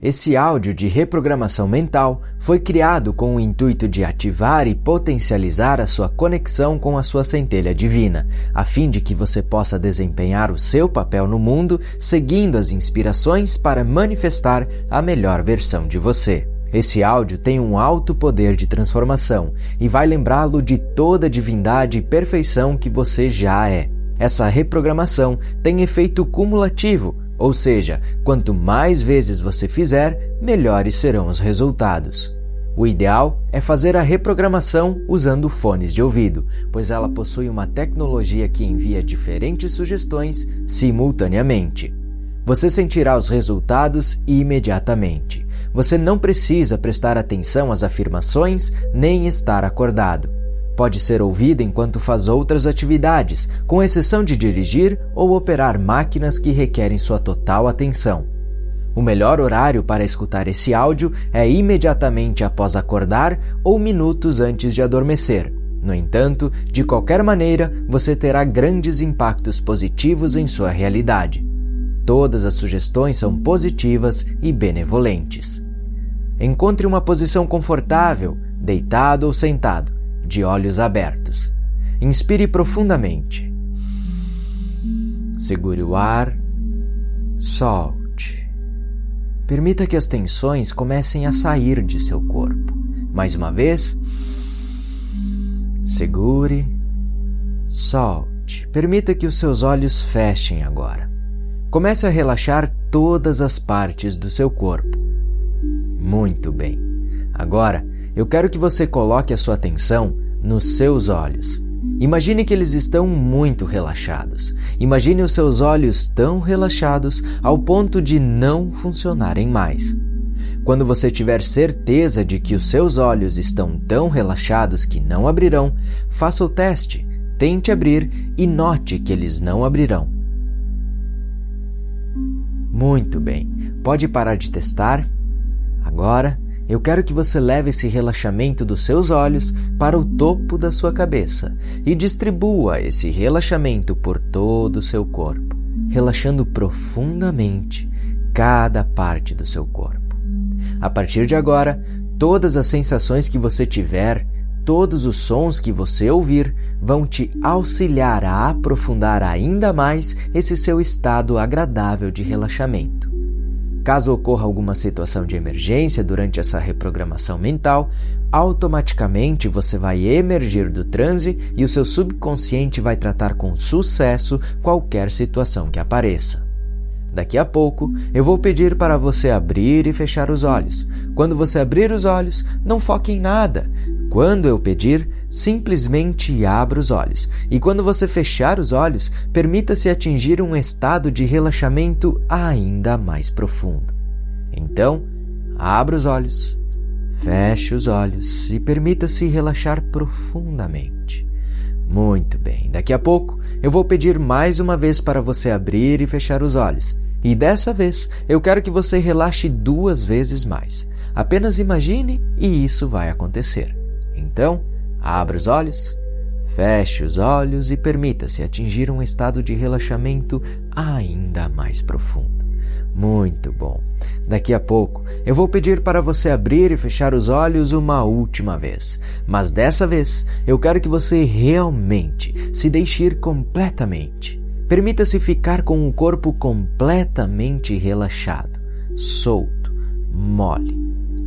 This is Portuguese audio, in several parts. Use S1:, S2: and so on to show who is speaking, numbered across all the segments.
S1: Esse áudio de reprogramação mental foi criado com o intuito de ativar e potencializar a sua conexão com a sua centelha divina, a fim de que você possa desempenhar o seu papel no mundo seguindo as inspirações para manifestar a melhor versão de você. Esse áudio tem um alto poder de transformação e vai lembrá-lo de toda a divindade e perfeição que você já é. Essa reprogramação tem efeito cumulativo ou seja, quanto mais vezes você fizer, melhores serão os resultados. O ideal é fazer a reprogramação usando fones de ouvido, pois ela possui uma tecnologia que envia diferentes sugestões simultaneamente. Você sentirá os resultados imediatamente. Você não precisa prestar atenção às afirmações nem estar acordado. Pode ser ouvida enquanto faz outras atividades, com exceção de dirigir ou operar máquinas que requerem sua total atenção. O melhor horário para escutar esse áudio é imediatamente após acordar ou minutos antes de adormecer. No entanto, de qualquer maneira, você terá grandes impactos positivos em sua realidade. Todas as sugestões são positivas e benevolentes. Encontre uma posição confortável, deitado ou sentado de olhos abertos. Inspire profundamente. Segure o ar. Solte. Permita que as tensões comecem a sair de seu corpo. Mais uma vez. Segure. Solte. Permita que os seus olhos fechem agora. Comece a relaxar todas as partes do seu corpo. Muito bem. Agora, eu quero que você coloque a sua atenção nos seus olhos. Imagine que eles estão muito relaxados. Imagine os seus olhos tão relaxados ao ponto de não funcionarem mais. Quando você tiver certeza de que os seus olhos estão tão relaxados que não abrirão, faça o teste, tente abrir e note que eles não abrirão. Muito bem, pode parar de testar. Agora, eu quero que você leve esse relaxamento dos seus olhos para o topo da sua cabeça e distribua esse relaxamento por todo o seu corpo, relaxando profundamente cada parte do seu corpo. A partir de agora, todas as sensações que você tiver, todos os sons que você ouvir, vão te auxiliar a aprofundar ainda mais esse seu estado agradável de relaxamento. Caso ocorra alguma situação de emergência durante essa reprogramação mental, automaticamente você vai emergir do transe e o seu subconsciente vai tratar com sucesso qualquer situação que apareça. Daqui a pouco, eu vou pedir para você abrir e fechar os olhos. Quando você abrir os olhos, não foque em nada. Quando eu pedir, simplesmente abra os olhos. E quando você fechar os olhos, permita-se atingir um estado de relaxamento ainda mais profundo. Então, abra os olhos, feche os olhos e permita-se relaxar profundamente. Muito bem, daqui a pouco eu vou pedir mais uma vez para você abrir e fechar os olhos. E dessa vez eu quero que você relaxe duas vezes mais. Apenas imagine e isso vai acontecer. Então, Abra os olhos, feche os olhos e permita-se atingir um estado de relaxamento ainda mais profundo. Muito bom! Daqui a pouco eu vou pedir para você abrir e fechar os olhos uma última vez, mas dessa vez eu quero que você realmente se deixe ir completamente. Permita-se ficar com o corpo completamente relaxado, solto, mole.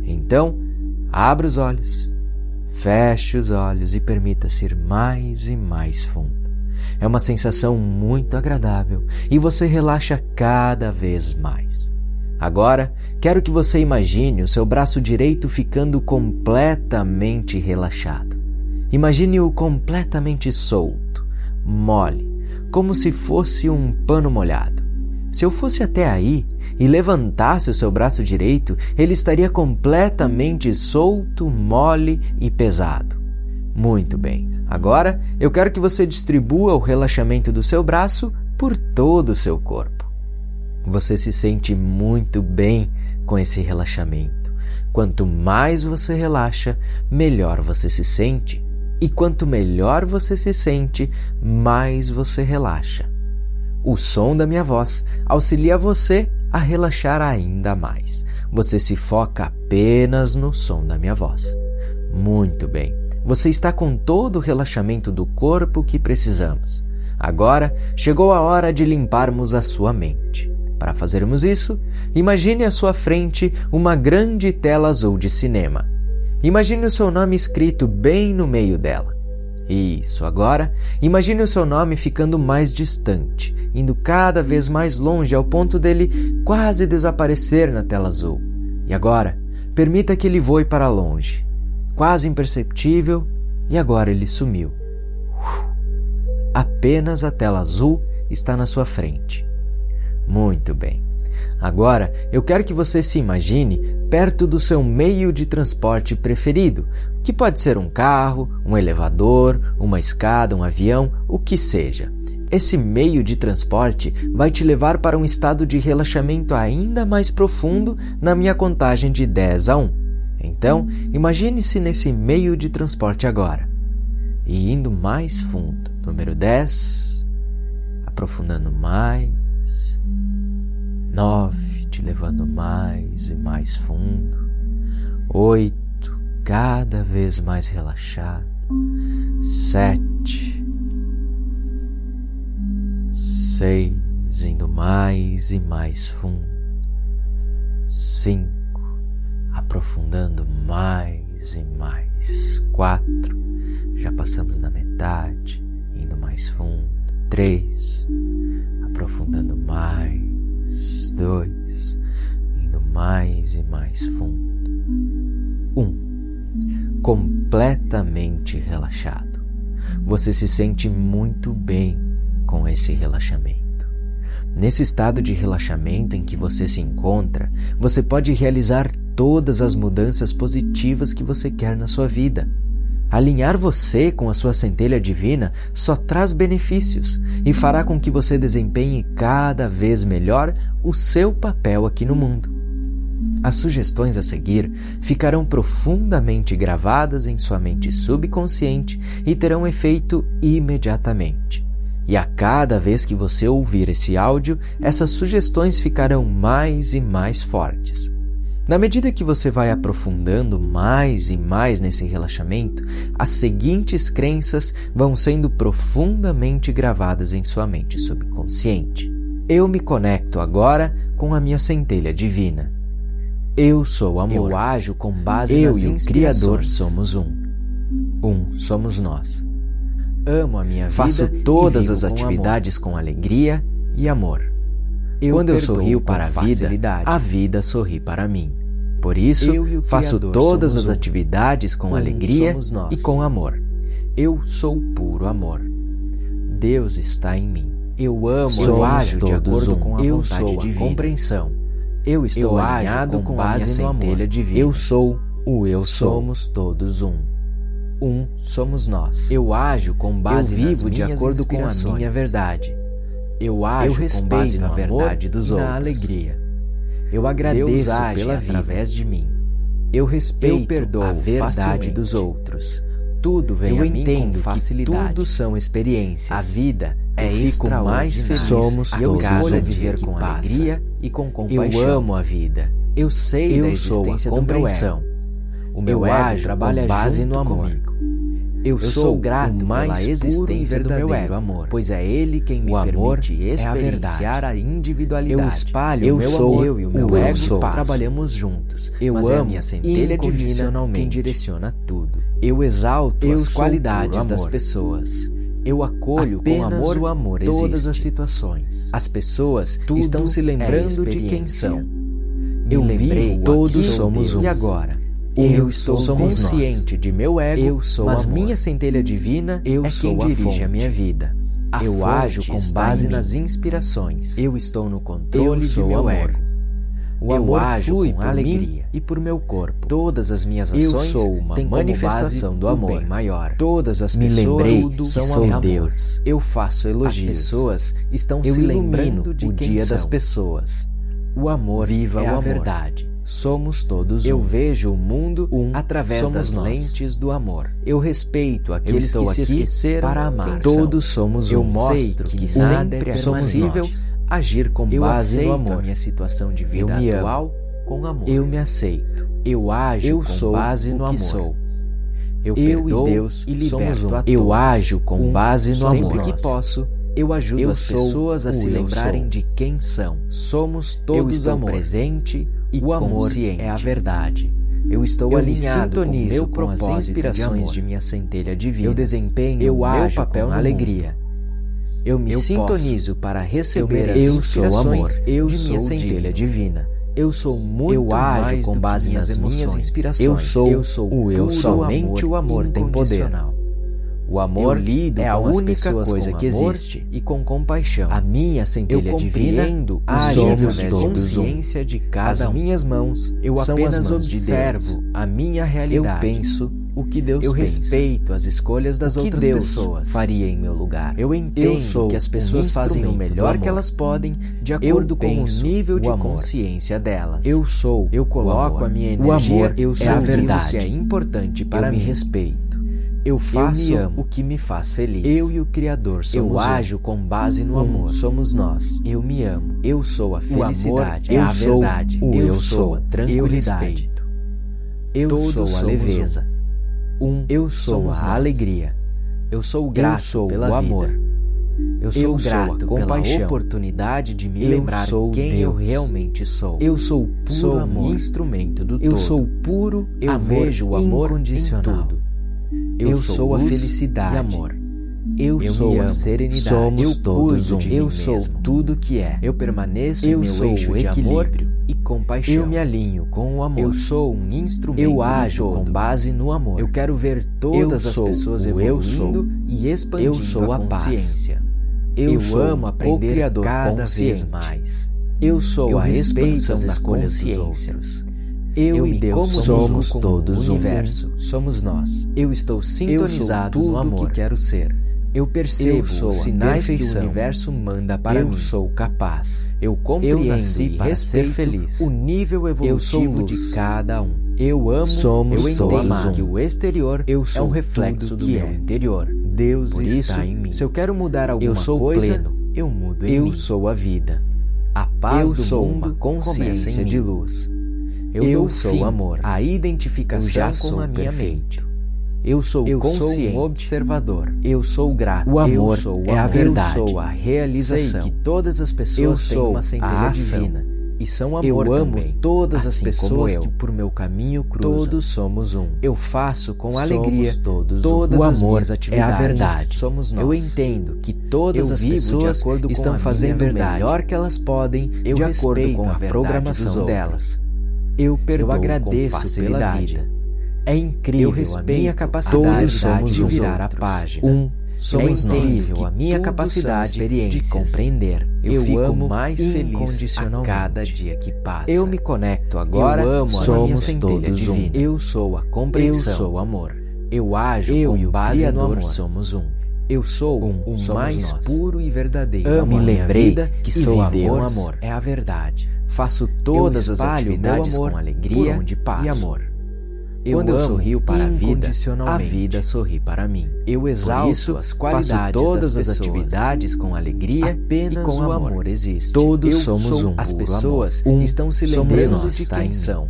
S1: Então, abra os olhos, Feche os olhos e permita-se ir mais e mais fundo. É uma sensação muito agradável e você relaxa cada vez mais. Agora, quero que você imagine o seu braço direito ficando completamente relaxado. Imagine-o completamente solto, mole, como se fosse um pano molhado. Se eu fosse até aí e levantasse o seu braço direito, ele estaria completamente solto, mole e pesado. Muito bem, agora eu quero que você distribua o relaxamento do seu braço por todo o seu corpo. Você se sente muito bem com esse relaxamento. Quanto mais você relaxa, melhor você se sente. E quanto melhor você se sente, mais você relaxa o som da minha voz auxilia você a relaxar ainda mais. você se foca apenas no som da minha voz. Muito bem, você está com todo o relaxamento do corpo que precisamos. Agora chegou a hora de limparmos a sua mente. Para fazermos isso, imagine à sua frente uma grande tela azul de cinema. Imagine o seu nome escrito bem no meio dela. Isso, agora imagine o seu nome ficando mais distante, indo cada vez mais longe ao ponto dele quase desaparecer na tela azul. E agora, permita que ele voe para longe, quase imperceptível, e agora ele sumiu. Uf, apenas a tela azul está na sua frente. Muito bem. Agora eu quero que você se imagine perto do seu meio de transporte preferido, que pode ser um carro, um elevador, uma escada, um avião, o que seja. Esse meio de transporte vai te levar para um estado de relaxamento ainda mais profundo na minha contagem de 10 a 1. Então, imagine-se nesse meio de transporte agora. E indo mais fundo. Número 10. Aprofundando mais. 9, te levando mais e mais fundo. 8, cada vez mais relaxado. 7, 6, indo mais e mais fundo. 5, aprofundando mais e mais. 4, já passamos da metade, indo mais fundo. 3, aprofundando mais dois, indo mais e mais fundo. Um, completamente relaxado. Você se sente muito bem com esse relaxamento. Nesse estado de relaxamento em que você se encontra, você pode realizar todas as mudanças positivas que você quer na sua vida. Alinhar você com a sua centelha divina só traz benefícios e fará com que você desempenhe cada vez melhor o seu papel aqui no mundo. As sugestões a seguir ficarão profundamente gravadas em sua mente subconsciente e terão efeito imediatamente. E a cada vez que você ouvir esse áudio, essas sugestões ficarão mais e mais fortes. Na medida que você vai aprofundando mais e mais nesse relaxamento, as seguintes crenças vão sendo profundamente gravadas em sua mente subconsciente. Eu me conecto agora com a minha centelha divina. Eu sou amor. Eu ajo com base Eu nas e o Criador somos um. Um somos nós. Amo a minha vida. Faço todas as atividades com, com alegria e amor. Eu Quando eu sorrio para a vida, a vida sorri para mim. Por isso, faço todas as atividades com um alegria e com amor. Eu sou puro amor. Deus está em mim. Eu amo, sou eu ajo de acordo um. com a eu vontade sou divina. a compreensão. Eu estou eu alinhado com, com base a minha no divina. Eu sou o eu sou. Somos todos um. Um somos nós. Eu ajo com base eu vivo de acordo com a minha verdade. Eu ajo eu respeito com base na verdade dos outros. Na alegria. Eu agradeço Deus age pela vida através de mim. Eu respeito eu perdoo a verdade facilmente. dos outros. Tudo vem eu a mim entendo com facilidade. Que tudo são experiências. A vida é eu fico mais feliz. Somos e eu escolho viver com passa. alegria e com compaixão. Eu amo a vida. Eu sei eu da existência sou a compreensão. O meu eu ego trabalha com base no amor. Comigo. Eu, eu, sou grato mais pela existência do meu ego, amor, pois é ele quem me o amor permite experienciar é a, a, individualidade. Eu espalho eu o meu sou, amor, eu e o meu ego sou. trabalhamos juntos. Eu mas amo é a minha centelha divina quem direciona tudo. Eu exalto eu as qualidades das pessoas. Eu acolho Apenas com amor o amor existe. todas as situações. As pessoas tudo estão se lembrando é de quem são. Me eu vivo todos somos um. E agora? Eu estou somos consciente nós. de meu ego, eu sou mas amor. minha centelha divina eu é quem dirige fonte. a minha vida. A eu ajo com base nas inspirações. Eu estou no controle eu sou de meu amor. ego. O eu amor ajo flui com alegria e por meu corpo. Todas as minhas ações eu sou uma têm manifestação do amor bem maior. Todas as Me pessoas lembrei são que sou Deus. Eu faço elogios. As pessoas estão eu se lembrando de o dia são. das pessoas. O amor viva é a amor. verdade somos todos um. Eu vejo o mundo um através somos das nós. lentes do amor. Eu respeito aqueles eu que se esqueceram para amar. Todos somos eu um. Eu mostro que, é que nada é possível agir com eu base no amor. minha situação de vida eu atual com amor. Eu me aceito. Eu ajo eu com sou base no amor. Sou. Eu, eu e Deus e liberto a todos. Eu ajo com um, base no sempre amor. Sempre que posso, eu ajudo eu as pessoas a se lembrarem de quem são. Somos todos eu estou amor. presente e o amor consciente. é a verdade. Eu estou eu alinhado me com meu propósito com as inspirações de, de, minha centelha divina. Eu desempenho eu meu papel na alegria. Eu me eu sintonizo posso. para receber eu as inspirações eu de minha centelha divina. Eu sou muito eu ajo com base nas emoções. minhas inspirações. Eu sou, eu sou o eu somente o amor tem poder. O amor lido é a única coisa que existe e com compaixão. A minha centelha eu compreendo divina age através da consciência de cada um. As minhas mãos, eu apenas observo a minha realidade. Eu penso o que Deus Eu pensa. respeito as escolhas das o que outras Deus pessoas. Faria em meu lugar. Eu entendo eu que as pessoas um fazem o melhor que elas podem de acordo com o nível o de amor. consciência delas. Eu sou, eu coloco a minha energia, o amor eu sou é a verdade que é importante para eu mim. me respeito. Eu faço eu o que me faz feliz. Eu e o Criador somos Eu ajo um. com base no amor. Somos nós. Eu me amo. Eu sou a felicidade. eu é a sou verdade. O eu, eu sou a tranquilidade. Eu, eu sou a leveza. Um. Eu sou a alegria. Eu sou grato eu sou pela o amor. Vida. Eu sou eu grato sou pela paixão. oportunidade de me eu lembrar quem Deus. eu realmente sou. Eu sou puro sou amor. instrumento do Eu todo. sou puro, eu amor vejo o amor incondicional. Em tudo. Eu, eu sou, sou a felicidade e amor. Eu, eu sou a serenidade. Somos eu todos um. Eu sou mesmo. tudo que é. Eu permaneço eu em meu sou eixo o equilíbrio e compaixão. Eu me alinho com o amor. Eu sou um instrumento. Eu ajo com base no amor. Eu quero ver todas eu as pessoas evoluindo eu sou. e expandindo eu sou a, a consciência. Eu, eu sou amo aprender o criador cada consciente. vez mais. Eu sou eu a respeito as escolhas dos outros. Eu, e Deus somos, somos todos o universo. Um. Somos nós. Eu estou sintonizado eu sou tudo no amor que quero ser. Eu percebo eu sou os sinais que o universo manda para eu mim. Eu sou capaz. Eu compreendo eu nasci e respeito feliz. o nível evolutivo de cada um. Eu amo, somos um. eu entendo sou que o exterior eu sou é um reflexo do meu é. interior. Deus Por está isso, em mim. Se eu quero mudar alguma eu sou coisa, pleno. eu mudo em eu mim. Eu sou a vida. A paz eu do sou mundo uma consciência de luz. Eu, eu sou amor. A identificação com a minha um perfeito. mente. Eu sou eu consciente. Sou um observador. Eu sou grato. O amor o é amor. a verdade. Eu sou a realização. Sei que todas as pessoas eu têm uma centelha divina e são amor eu amo também. todas assim as pessoas eu. que por meu caminho cruzam. Todos somos um. Eu faço com somos alegria todos todas um. o as amor minhas atividades. É a verdade. Somos nós. Eu entendo que todas eu as pessoas estão fazendo o melhor que elas podem eu de acordo com a, a programação delas. Eu perdoo eu agradeço pela vida. É incrível eu respeito a minha capacidade a de virar a página. Um, somos é incrível nós, a minha capacidade de compreender. Eu, eu fico amo mais feliz a cada dia que passa. Eu me conecto agora. Eu amo somos a minha centelha todos divina. Um. Eu sou a compreensão. Eu sou o amor. Eu ajo eu com base no amor. Somos um. Eu sou um, o um mais nós. puro e verdadeiro. Eu me lembrei vida que sou amor, amor. É a verdade. Faço todas as atividades com alegria e amor. Eu Quando eu sorrio para a vida, a vida sorri para mim. Eu exalto isso, as qualidades todas das pessoas. Ah, as atividades com alegria Apenas e com o amor, amor existe. Todos eu somos um. As pessoas um. estão se lembrando de quem são.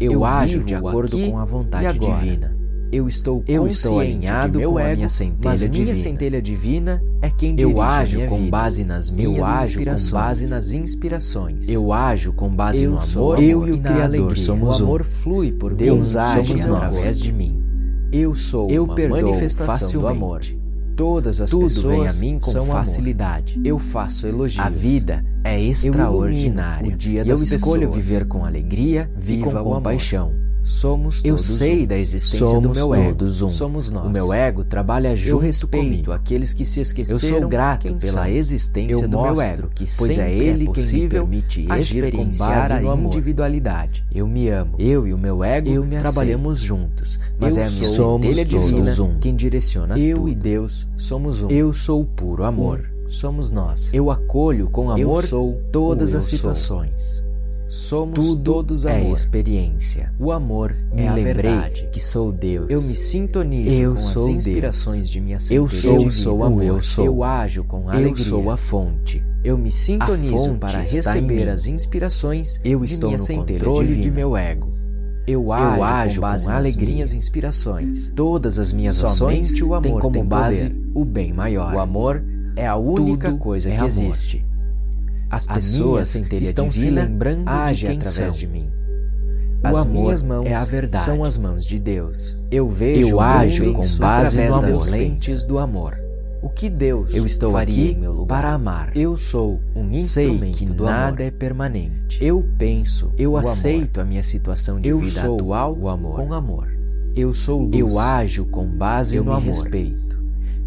S1: Eu, eu ajo de acordo com a vontade divina eu estou eu estou alinhado meu com ego, a minha centelha mas divina. minha centelha divina é quem dirige eu ajo com vida. base nas minhas eu ajo inspirações. com base nas inspirações eu ajo com base eu no amor eu e o criador alegria. somos um. o amor flui por Deus um. age somos através nós. de mim eu sou eu uma perdoo manifestação facilmente. do amor todas as Tudo pessoas vem a mim com facilidade amor. eu faço elogios a vida é extraordinária eu o dia e das eu pessoas. escolho viver com alegria viva e com compaixão Somos Eu sei um. da existência Somos do meu ego. Um. Somos nós. O meu ego trabalha junto Eu respeito aqueles que se esqueceram. Eu sou grato pela são. existência Eu do meu ego, que pois é ele é quem me permite agir com base a individualidade. Eu me amo. Eu e o meu ego Eu me trabalhamos aceito. juntos, mas Eu é a minha centelha divina um. quem direciona Eu tudo. e Deus somos um. Eu sou o puro amor. Somos nós. Eu acolho com amor Eu sou todas as situações. Somos Tudo todos amor. é experiência. O amor me é lembrei verdade. que sou Deus. Eu me sintonizo eu com as inspirações Deus. de minha eu sou, eu sou amor. Eu sou. Eu ajo com alegria. Eu sou a fonte. Eu me sintonizo para receber as inspirações. Eu estou no controle divina. de meu ego. Eu ajo, eu ajo com, base com alegria as inspirações. Todas as minhas Somente ações o amor têm como tem base poder. o bem maior. O amor é a única Tudo coisa é que amor. existe. As pessoas estão se lembrando age de quem através são. de mim. As o amor minhas mãos é a verdade. São as mãos de Deus. Eu vejo, eu ajo com base no amor. das lentes do amor. O que Deus eu estou aqui para amar. Eu sou um instrumento Sei que do nada amor. é permanente. Eu penso, eu aceito amor. a minha situação de eu vida sou atual o amor. com amor. Eu sou luz. Eu ajo com base eu no amor. respeito.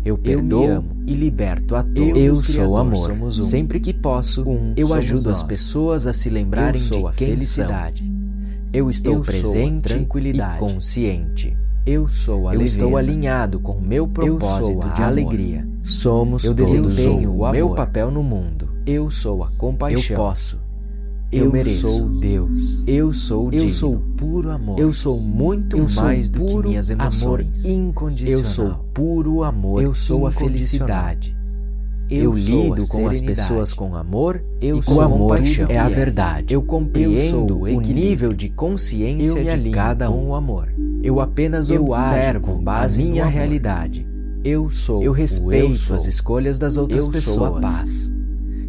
S1: Eu perdoo eu amo e liberto a todos. Eu sou amor. Um. Sempre que posso, um eu ajudo nós. as pessoas a se lembrarem de quem felicidade. São. Eu estou eu presente, tranquilidade, e consciente. Eu sou a Eu leveza. estou alinhado com meu propósito de amor. alegria. Somos eu desempenho o meu papel no mundo. Eu sou a compaixão. Eu posso. Eu, eu mereço. sou Deus. Eu sou digno. Eu sou puro amor. Eu sou muito eu mais sou do que minhas emoções. Amor incondicional. Eu sou puro amor. Eu sou a felicidade. Eu, eu lido com as pessoas com amor. Eu sou o amor é a verdade. Eu compreendo eu o nível de consciência eu de cada um o amor. Eu apenas eu observo com base a minha realidade. Eu sou. Eu respeito eu sou. as escolhas das outras eu pessoas. Sou a paz.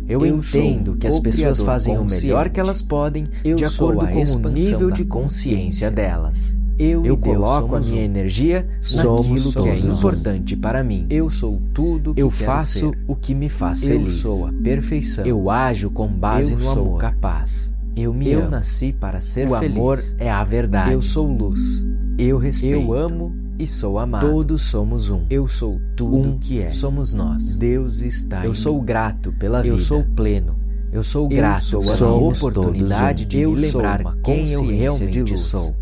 S1: Eu, eu entendo que as pessoas fazem o melhor que elas podem de acordo com o nível de consciência delas. Eu, eu coloco a minha um. energia naquilo que é importante um. para mim. Eu sou tudo que Eu faço ser. o que me faz eu feliz. Eu sou a perfeição. Eu ajo com base eu no sou amor. capaz. Eu me eu amo. nasci para ser o feliz. O amor é a verdade. Eu sou luz. Eu respeito. Eu amo e sou amado. Todos somos um. Eu sou tudo um que é. Somos nós. Deus está. Eu em sou mim. grato pela vida. Eu sou pleno. Eu sou grato pela oportunidade de eu lembrar quem eu realmente sou.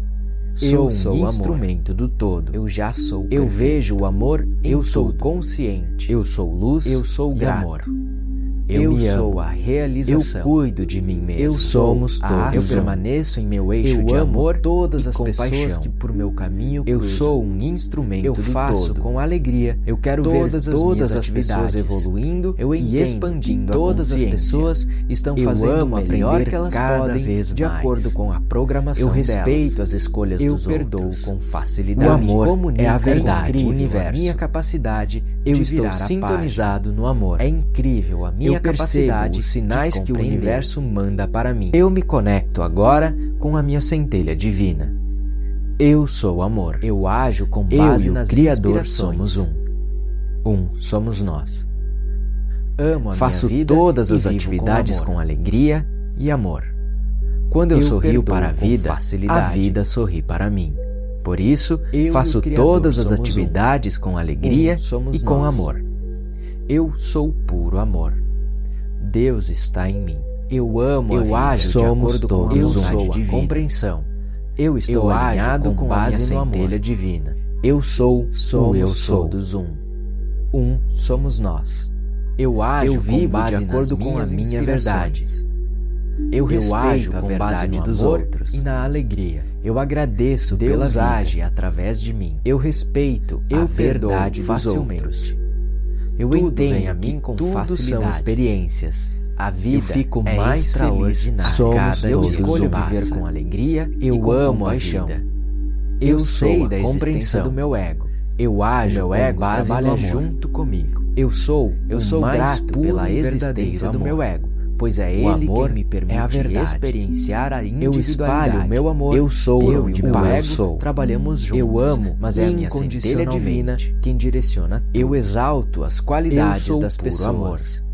S1: Eu sou um instrumento amor. do todo. Eu já sou. Perfeito. Eu vejo o amor. eu sou tudo. consciente. Eu sou luz. Eu sou grato. Amor. Eu, eu sou a realização. Eu cuido de mim mesmo. Eu somos todos. Eu permaneço em meu eixo eu de amor. Todas as compaixão. pessoas que por meu caminho cruzam. Eu sou um instrumento. Eu faço todo. com alegria. Eu quero todas ver as todas as pessoas evoluindo. Eu entendo. e expandindo. Todas as pessoas estão eu fazendo o melhor que elas podem de mais. acordo com a programação Eu respeito delas. as escolhas eu dos perdoo outros. com facilidade. O amor é a verdade. É o universo. A minha capacidade. Eu estou sintonizado no amor. É incrível a minha eu capacidade, os sinais que o universo manda para mim. Eu me conecto agora com a minha centelha divina. Eu sou amor. Eu ajo com base eu e nas Criador somos um. Um somos nós. Amo a Faço minha vida todas as atividades com, com, alegria e amor. Quando eu, eu sorrio para a vida, a vida sorri para mim. Por isso, eu faço todas as atividades um. com alegria um e com nós. amor. Eu sou puro amor. Deus está em mim. Eu amo, eu ajo somos de acordo todos com a vontade divina. compreensão. Eu estou eu alinhado com, com base a minha centelha divina. Eu sou, somos eu sou dos um. Um somos nós. Eu ajo eu vivo de acordo com a minha verdade. Eu, eu ajo com base no dos amor outros e na alegria. Eu agradeço Deus pela vida. age através de mim. Eu respeito eu a verdade dos outros. Eu tudo entendo a mim com tudo facilidade. são experiências. A vida eu fico é mais extraordinária. Somos Cada eu escolho viver com alegria. Eu amo a vida. Eu, eu sei da compreensão do meu ego. Eu ajo, meu ego trabalha junto comigo. Eu sou, eu sou mais grato pela existência do meu ego, pois é ele o amor que me permite é a verdade. experienciar a individualidade. Eu espalho o meu amor. Eu sou eu e o meu ego sou. trabalhamos juntos. Eu amo, mas é a minha centelha divina quem direciona. Tudo. Eu exalto as qualidades eu das pessoas.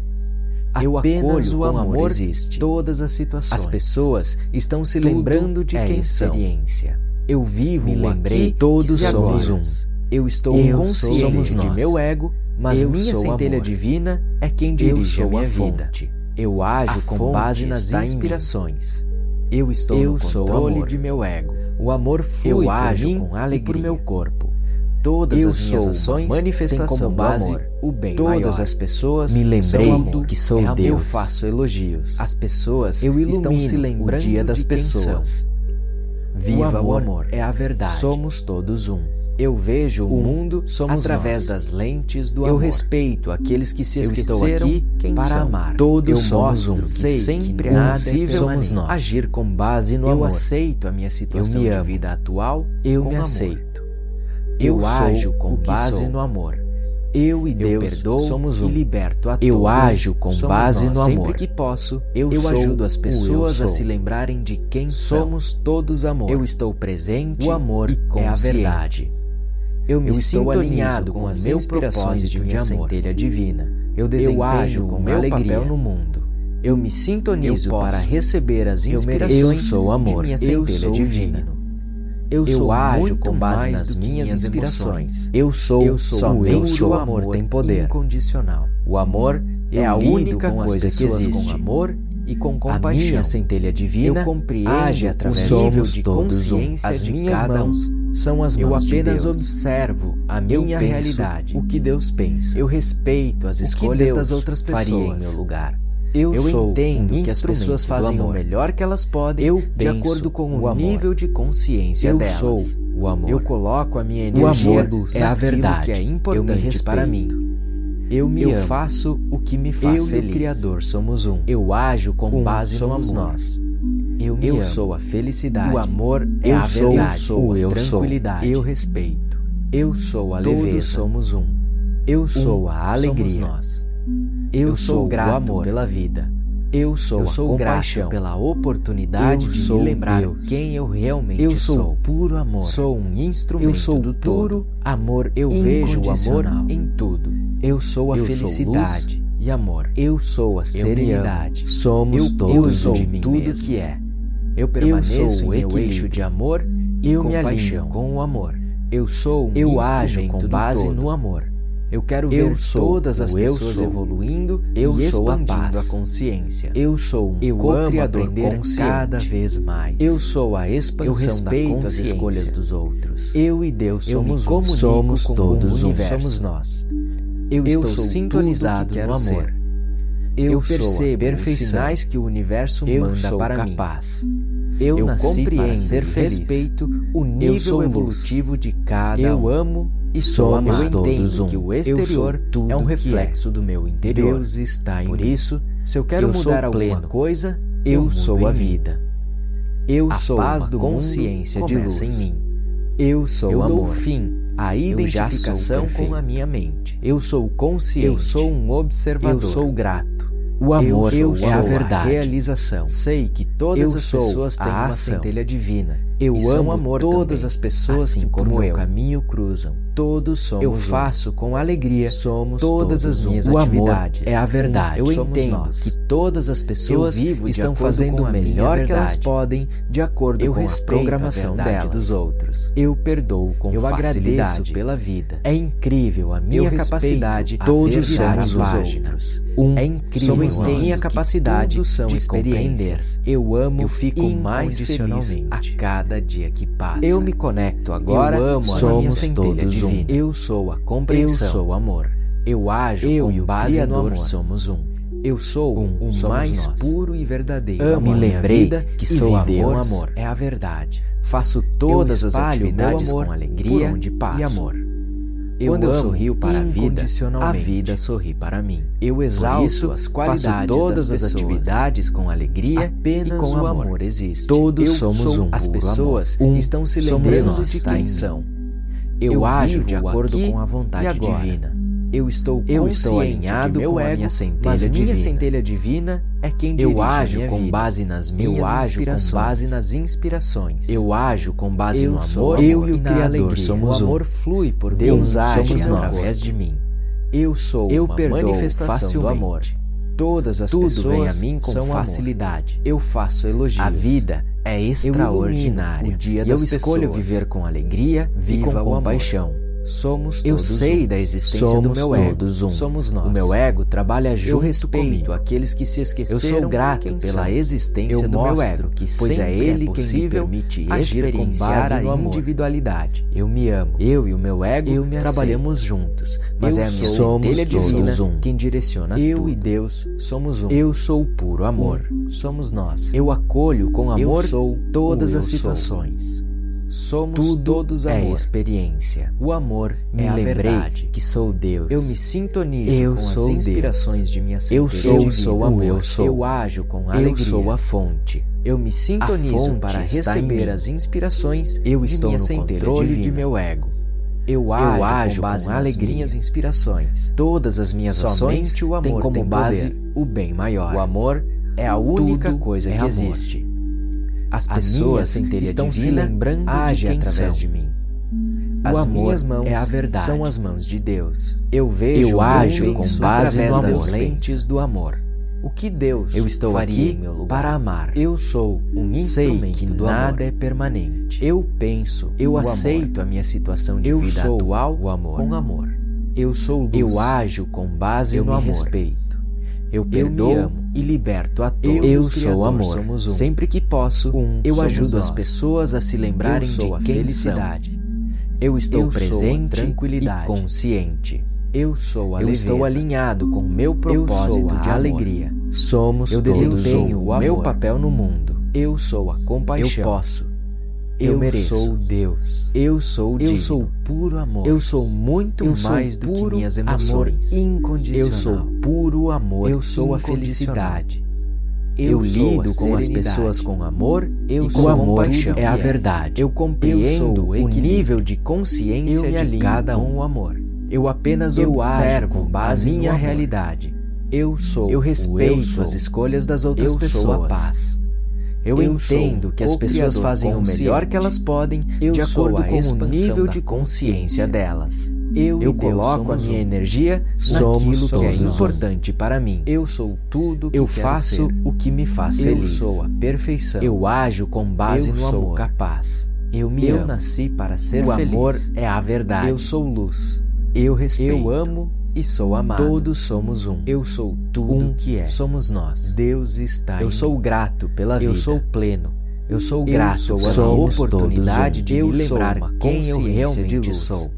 S1: Amor. Eu apenas o amor existe. Todas as situações. As pessoas estão se tudo lembrando de é quem experiência. São. Eu vivo, me lembrei, todos somos um. Eu estou eu consciente de meu ego, mas eu minha centelha amor. divina é quem dirige a minha a vida. Fonte. Eu ajo a com base nas inspirações. Eu estou eu no controle de meu ego. O amor flui eu ajo mim com alegria. por meu corpo.
S2: Todas
S1: Eu
S2: as minhas
S1: sou
S2: ações
S1: uma manifestação
S2: têm como
S1: do
S2: base
S1: amor.
S2: o bem
S1: Todas
S2: maior.
S1: as pessoas
S2: Me lembrei
S1: são amor.
S2: que sou
S1: É amor.
S2: Deus.
S1: Eu faço elogios.
S2: As pessoas
S1: Eu
S2: estão
S1: ilumino
S2: se
S1: o
S2: lembrando
S1: dia das
S2: de quem são.
S1: pessoas.
S2: Viva
S1: o
S2: o
S1: amor,
S2: amor.
S1: é a verdade.
S2: Somos todos um.
S1: eu vejo o
S2: Um
S1: mundo
S2: somos
S1: através
S2: nós.
S1: das lentes do
S2: Eu
S1: amor.
S2: respeito aqueles que se
S1: Eu estou
S2: esqueceram
S1: aqui
S2: quem
S1: para
S2: são.
S1: amar.
S2: Todos
S1: Eu
S2: somos
S1: mostro
S2: um.
S1: que
S2: Sei
S1: sempre
S2: que
S1: nada é
S2: impossível
S1: permanente.
S2: somos nós. Agir com base no
S1: eu
S2: amor.
S1: aceito a minha situação
S2: me
S1: de
S2: amo.
S1: vida atual.
S2: Eu
S1: com
S2: me
S1: amor.
S2: aceito.
S1: Eu,
S2: Eu
S1: ajo
S2: sou
S1: com
S2: o que
S1: base
S2: sou.
S1: no amor. Eu e Deus
S2: perdoo
S1: somos
S2: e
S1: um. liberto a
S2: Eu
S1: todos.
S2: ajo com
S1: Somos
S2: base
S1: nós.
S2: no amor.
S1: Sempre que posso,
S2: Eu
S1: eu,
S2: sou
S1: ajudo as
S2: o eu
S1: pessoas a
S2: sou.
S1: se lembrarem de quem
S2: Somos todos amor.
S1: são. Eu estou presente.
S2: O amor
S1: e
S2: é a
S1: consciente.
S2: verdade.
S1: Eu me
S2: Eu
S1: sinto
S2: estou
S1: alinhado com as
S2: meu
S1: inspirações de
S2: propósito
S1: minha
S2: de amor.
S1: centelha divina.
S2: Eu
S1: Eu
S2: desempenho
S1: ajo com
S2: o
S1: meu
S2: meu
S1: papel
S2: alegria.
S1: no mundo. Eu me sintonizo
S2: Eu posso.
S1: para receber as
S2: Eu mereço.
S1: inspirações
S2: Eu sou
S1: de
S2: amor.
S1: minha
S2: Eu
S1: centelha
S2: sou
S1: divina.
S2: digno.
S1: Eu,
S2: Eu
S1: sou
S2: ajo
S1: muito
S2: com base
S1: mais
S2: nas
S1: do que
S2: minhas
S1: inspirações.
S2: inspirações.
S1: Eu sou,
S2: Eu sou
S1: só
S2: o eu
S1: puro
S2: sou, o
S1: amor,
S2: amor
S1: tem
S2: tem
S1: poder.
S2: poder.
S1: Incondicional.
S2: O amor é
S1: Eu
S2: a
S1: lido
S2: única
S1: com as
S2: coisa que
S1: pessoas
S2: existe.
S1: com amor e com
S2: a
S1: compaixão.
S2: minha centelha divina
S1: eu compreendo
S2: age através
S1: o
S2: do
S1: nível
S2: somos
S1: de
S2: todos um.
S1: consciência
S2: As
S1: de
S2: minhas
S1: cada um.
S2: mãos são as
S1: Eu
S2: mãos de
S1: apenas
S2: Deus.
S1: observo a
S2: Eu
S1: minha
S2: penso
S1: realidade.
S2: o que Deus pensa.
S1: Eu respeito as
S2: que
S1: escolhas
S2: Deus
S1: das outras pessoas.
S2: faria em meu lugar.
S1: Eu,
S2: Eu entendo
S1: entendo
S2: um
S1: que as pessoas
S2: instrumento do
S1: fazem o
S2: amor.
S1: melhor que elas podem
S2: Eu
S1: de
S2: penso
S1: acordo com o,
S2: o amor.
S1: nível de consciência
S2: Eu
S1: delas.
S2: sou o amor.
S1: Eu coloco a minha
S2: O
S1: energia
S2: amor é a
S1: naquilo
S2: verdade.
S1: que é importante
S2: eu me respeito.
S1: para mim.
S2: Eu me
S1: eu
S2: amo.
S1: faço o que me faz
S2: eu
S1: feliz.
S2: e o Criador somos um.
S1: Eu ajo com
S2: Um
S1: base
S2: somos
S1: no amor.
S2: nós.
S1: Eu,
S2: me amo.
S1: sou a felicidade.
S2: O amor
S1: é
S2: eu
S1: a
S2: sou,
S1: verdade.
S2: Eu sou,
S1: a
S2: eu
S1: tranquilidade.
S2: Sou, eu
S1: respeito. Eu sou a
S2: Todos
S1: leveza.
S2: somos
S1: um. Eu sou a
S2: somos
S1: alegria.
S2: nós.
S1: Eu,
S2: Eu
S1: sou
S2: sou
S1: grato
S2: o amor.
S1: pela vida. Eu sou,
S2: Eu
S1: a
S2: sou grato
S1: compaixão pela oportunidade
S2: Eu
S1: de
S2: sou
S1: me lembrar
S2: Deus.
S1: quem eu realmente
S2: Eu sou puro amor.
S1: Sou um instrumento
S2: eu sou
S1: do todo.
S2: puro amor.
S1: Eu vejo o amor
S2: incondicional.
S1: em tudo. Eu sou a
S2: Eu sou
S1: felicidade e amor. Eu sou a
S2: Eu me amo.
S1: serenidade.
S2: Somos
S1: eu, eu
S2: todos
S1: sou
S2: de mim
S1: tudo
S2: mesmo.
S1: que é. Eu permaneço
S2: sou o
S1: em meu
S2: equilíbrio.
S1: eixo de amor e
S2: Eu me
S1: compaixão
S2: alinho
S1: com o amor. Eu sou um eu
S2: instrumento
S1: ajo com
S2: do
S1: base
S2: todo.
S1: no amor. Eu quero
S2: Eu
S1: ver
S2: sou
S1: todas as
S2: o eu
S1: pessoas
S2: sou.
S1: evoluindo
S2: Eu
S1: e
S2: sou a
S1: expandindo
S2: paz.
S1: a consciência.
S2: Eu sou um
S1: Eu amo
S2: co-criador
S1: aprender
S2: consciente.
S1: cada vez mais.
S2: Eu sou a
S1: eu
S2: expansão da
S1: respeito as
S2: consciência.
S1: escolhas dos outros.
S2: Eu e Deus
S1: Eu me
S2: somos um.
S1: comunico
S2: Somos
S1: com
S2: todos
S1: o
S2: um.
S1: universo.
S2: Somos nós.
S1: Eu,
S2: Eu
S1: estou
S2: sou
S1: sintonizado
S2: tudo que
S1: no
S2: quero
S1: amor.
S2: ser.
S1: Eu,
S2: Eu sou a
S1: percebo os
S2: perfeição.
S1: sinais que o universo
S2: Eu
S1: manda
S2: sou
S1: para
S2: capaz.
S1: mim.
S2: Eu nasci para
S1: compreendo
S2: ser
S1: e
S2: feliz.
S1: respeito o
S2: sou
S1: nível
S2: luz.
S1: evolutivo de cada
S2: Eu
S1: um. amo e
S2: sou amado.
S1: Eu
S2: Todos
S1: entendo
S2: um.
S1: que o
S2: Eu sou
S1: exterior
S2: tudo
S1: é um
S2: que é.
S1: reflexo do meu interior.
S2: Deus
S1: está
S2: em
S1: Por
S2: mim.
S1: isso, se eu quero
S2: Eu sou
S1: mudar alguma
S2: pleno.
S1: coisa,
S2: Eu
S1: eu, sou
S2: mudo
S1: a
S2: em mim.
S1: vida. Eu
S2: A
S1: sou
S2: paz
S1: uma
S2: do mundo
S1: consciência de luz
S2: começa em
S1: mim. Eu sou
S2: Eu dou
S1: amor.
S2: fim
S1: a
S2: Eu já sou
S1: identificação com a
S2: perfeito.
S1: minha mente. Eu sou consciente. Eu sou um observador.
S2: Eu sou
S1: grato.
S2: O amor
S1: eu
S2: é
S1: sou
S2: a verdade.
S1: realização. Sei que todas
S2: Eu
S1: as
S2: sou
S1: pessoas têm
S2: a
S1: uma
S2: ação.
S1: centelha divina. Eu
S2: E são
S1: amo
S2: amor
S1: todas
S2: também,
S1: as pessoas
S2: assim
S1: que
S2: como
S1: por meu
S2: eu.
S1: caminho cruzam. Todos somos Eu
S2: um.
S1: faço com alegria
S2: Somos um.
S1: todas as minhas
S2: o amor
S1: atividades.
S2: é a verdade.
S1: Eu
S2: Somos
S1: entendo
S2: nós.
S1: que todas as pessoas
S2: Eu vivo de
S1: estão
S2: acordo
S1: fazendo
S2: com
S1: o
S2: a minha
S1: melhor que elas
S2: verdade.
S1: podem de acordo
S2: Eu
S1: com a
S2: respeito a
S1: programação
S2: verdade
S1: delas.
S2: dos
S1: outros. Eu perdoo com
S2: Eu agradeço
S1: facilidade pela vida. É incrível a minha
S2: respeito
S1: capacidade
S2: a
S1: de
S2: verdade
S1: virar a
S2: dos
S1: página.
S2: outros.
S1: Um,
S2: É
S1: é
S2: incrível
S1: incrível
S2: a minha
S1: capacidade
S2: capacidade
S1: são
S2: de
S1: experiências. Eu amo, eu fico mais feliz a
S2: incondicionalmente.
S1: cada dia que passa.
S2: Eu me conecto Então agora.
S1: eu amo a minha
S2: somos
S1: centelha
S2: todos um.
S1: divina. Eu sou a compreensão.
S2: Eu sou
S1: amor. Eu ajo
S2: Eu
S1: com
S2: e o
S1: base no
S2: Criador
S1: amor. somos um. Eu sou
S2: Um,
S1: o
S2: somos
S1: mais
S2: nós.
S1: puro e verdadeiro.
S2: Amo
S1: Amo
S2: a
S1: a
S2: minha
S1: minha
S2: vida
S1: vida
S2: que
S1: que
S2: sou
S1: sou
S2: em Deus.
S1: amor. É a verdade. Faço todas as
S2: espalho meu
S1: atividades
S2: amor
S1: com alegria
S2: por onde passo.
S1: e amor.
S2: Quando eu sorrio para a vida,
S1: a
S2: a
S1: vida
S2: vida
S1: sorri para mim. Eu exalto
S2: isso,
S1: as
S2: faço
S1: qualidades
S2: todas
S1: das
S2: as
S1: pessoas. Ah,
S2: atividades
S1: com alegria
S2: Apenas
S1: e com
S2: o amor.
S1: existe.
S2: Todos
S1: eu
S2: somos
S1: sou
S2: um
S1: As
S2: puro
S1: pessoas
S2: amor. Um
S1: estão se
S2: somos
S1: lembrando
S2: nós,
S1: de
S2: está em
S1: quem
S2: mim.
S1: são. Eu, ajo
S2: vivo
S1: de acordo
S2: aqui
S1: com a
S2: e
S1: vontade
S2: agora.
S1: divina. Eu estou
S2: Eu estou
S1: consciente
S2: alinhado
S1: de meu
S2: com a
S1: ego,
S2: minha centelha
S1: mas minha
S2: divina.
S1: centelha divina é quem dirige
S2: Eu ajo
S1: a minha
S2: com
S1: vida.
S2: base nas minhas
S1: eu ajo
S2: inspirações.
S1: com base nas inspirações.
S2: Eu
S1: ajo com
S2: base no
S1: sou
S2: amor
S1: eu e
S2: e
S1: o
S2: na
S1: Criador
S2: alegria.
S1: somos
S2: O
S1: um.
S2: amor
S1: flui por
S2: mim,
S1: Deus age
S2: somos nós.
S1: através de mim. Eu sou
S2: Eu
S1: uma
S2: perdoo
S1: manifestação do
S2: facilmente.
S1: amor. Todas as
S2: Tudo
S1: pessoas
S2: vem a mim com
S1: são amor.
S2: facilidade.
S1: Eu faço elogios.
S2: A vida
S1: é
S2: extraordinária.
S1: O dia
S2: E
S1: das
S2: eu escolho
S1: pessoas.
S2: viver
S1: com alegria
S2: viva
S1: e
S2: o
S1: com
S2: amor.
S1: compaixão. Somos Eu sei um. da existência Somos do meu ego. Um. Somos nós. O meu ego trabalha junto Eu respeito aqueles que se esqueceram. Eu sou um grato pela são. existência Eu do meu ego, que pois é ele é possível quem me permite agir com base a individualidade. Eu me amo. Eu e o meu ego Eu me trabalhamos aceito. juntos, mas Eu é a minha somos divina um. quem direciona Eu tudo. e Deus somos um. Eu sou o puro amor. Um. Somos nós. Eu acolho com um amor Eu sou todas as situações. Somos Tudo todos amor. é experiência. O amor me é lembrei que sou Deus. Eu me sintonizo eu com as inspirações Deus. de minha sabedoria. Eu sou, eu sou amor. Eu, sou. eu ajo com alegria. Eu sou a fonte. Eu me sintonizo para receber as inspirações. Eu estou no controle divina. de meu ego. Eu ajo, eu ajo com base com alegria. nas minhas inspirações. Todas as minhas Somente ações o amor têm como tem base poder. o bem maior. O amor é a única Tudo coisa é que amor. existe. As pessoas estão se lembrando age de quem através são. de mim. As o amor minhas mãos é a verdade. São as mãos de Deus. Eu vejo eu ajo com base através das amor. lentes do amor. O que Deus eu estou aqui para amar. Eu sou um Sei instrumento que do nada amor. é permanente. Eu penso, eu aceito amor. a minha situação de eu vida sou atual o amor. com amor. Eu sou luz. Eu ajo com base eu no amor. respeito. Eu perdoo eu amo, e liberto a todos. Eu, eu sou amor. Um. Sempre que posso, um, eu ajudo nós. as pessoas a se lembrarem de a quem felicidade. São. Eu estou eu presente, tranquilidade, e consciente. Eu sou a Eu leveza. estou alinhado com meu propósito de amor. alegria. Somos eu todos desempenho um. o meu papel no mundo. Eu sou a compaixão. Eu posso. Eu, eu mereço. sou Deus. Eu sou digno. Eu sou puro amor. Eu sou muito eu mais sou do que minhas emoções. Amor incondicional. Eu sou puro amor. Eu sou a felicidade. Eu, eu lido com as pessoas com amor eu e com amor é a verdade. Eu compreendo eu o nível de consciência de cada um o amor. Eu apenas eu observo base minha realidade. Eu sou. Eu respeito sou. as escolhas das outras pessoas. Eu sou a paz. Eu, eu, entendo que as pessoas fazem o melhor que elas podem eu de acordo com o nível de consciência delas. Eu, eu coloco a minha um. energia somos naquilo que é importante nós. para mim. Eu sou tudo que eu faço ser. o que me faz eu feliz. Eu sou a perfeição. Eu ajo com base eu no amor capaz. Eu me eu amo. nasci para ser o feliz. O amor é a verdade. Eu sou luz. Eu respeito. Eu amo e sou amado. Todos somos um. Eu sou tudo um que é. Somos nós. Deus está. Eu sou grato pela eu vida. Eu sou pleno. Eu sou grato pela oportunidade um. de eu me lembrar quem eu realmente sou.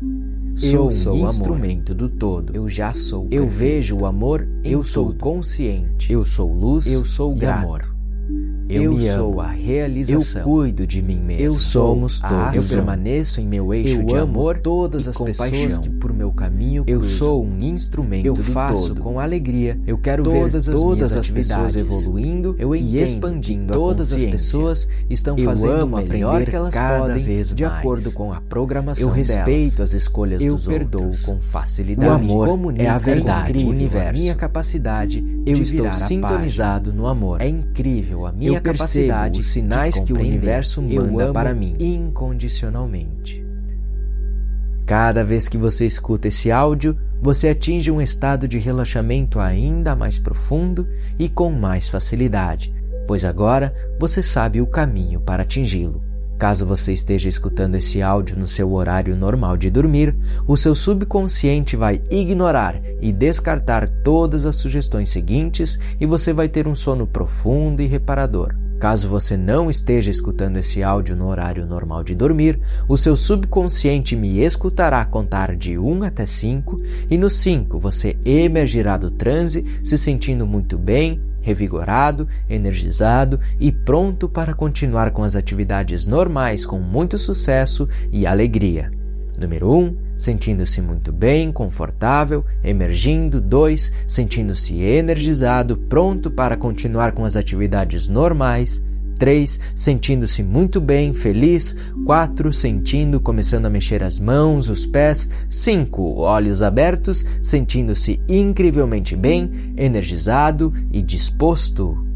S1: Eu sou um instrumento amor. do todo. Eu já sou. Eu perfeito. vejo o amor. eu sou tudo. consciente. Eu sou luz. Eu sou grato. Amor. Eu, eu sou a realização. Eu cuido de mim mesmo. Eu somos todos. Eu permaneço em meu eixo eu de amor. Todas as pessoas que por meu caminho cruzam. Eu sou um instrumento. Eu faço todo. com alegria. Eu quero todas ver as todas as pessoas evoluindo. Eu entendo. e expandindo. Todas as pessoas estão eu fazendo amo melhor que elas cada podem vez de mais. acordo com a programação Eu respeito delas. as escolhas eu dos perdoo outros. com facilidade. O amor é a verdade. O universo. A minha capacidade. Eu estou sintonizado no amor. É incrível a minha eu capacidade, os sinais que o universo manda para mim incondicionalmente. Cada vez que você escuta esse áudio, você atinge um estado de relaxamento ainda mais profundo e com mais facilidade, pois agora você sabe o caminho para atingi-lo. Caso você esteja escutando esse áudio no seu horário normal de dormir, o seu subconsciente vai ignorar e descartar todas as sugestões seguintes e você vai ter um sono profundo e reparador. Caso você não esteja escutando esse áudio no horário normal de dormir, o seu subconsciente me escutará contar de 1 até 5 e no 5 você emergirá do transe se sentindo muito bem, revigorado, energizado e pronto para continuar com as atividades normais com muito sucesso e alegria. Número 1, um, sentindo-se muito bem, confortável, emergindo. 2, sentindo-se energizado, pronto para continuar com as atividades normais. 3. Sentindo-se muito bem, feliz. 4. Sentindo, começando a mexer as mãos, os pés. 5. Olhos abertos, sentindo-se incrivelmente bem, energizado e disposto.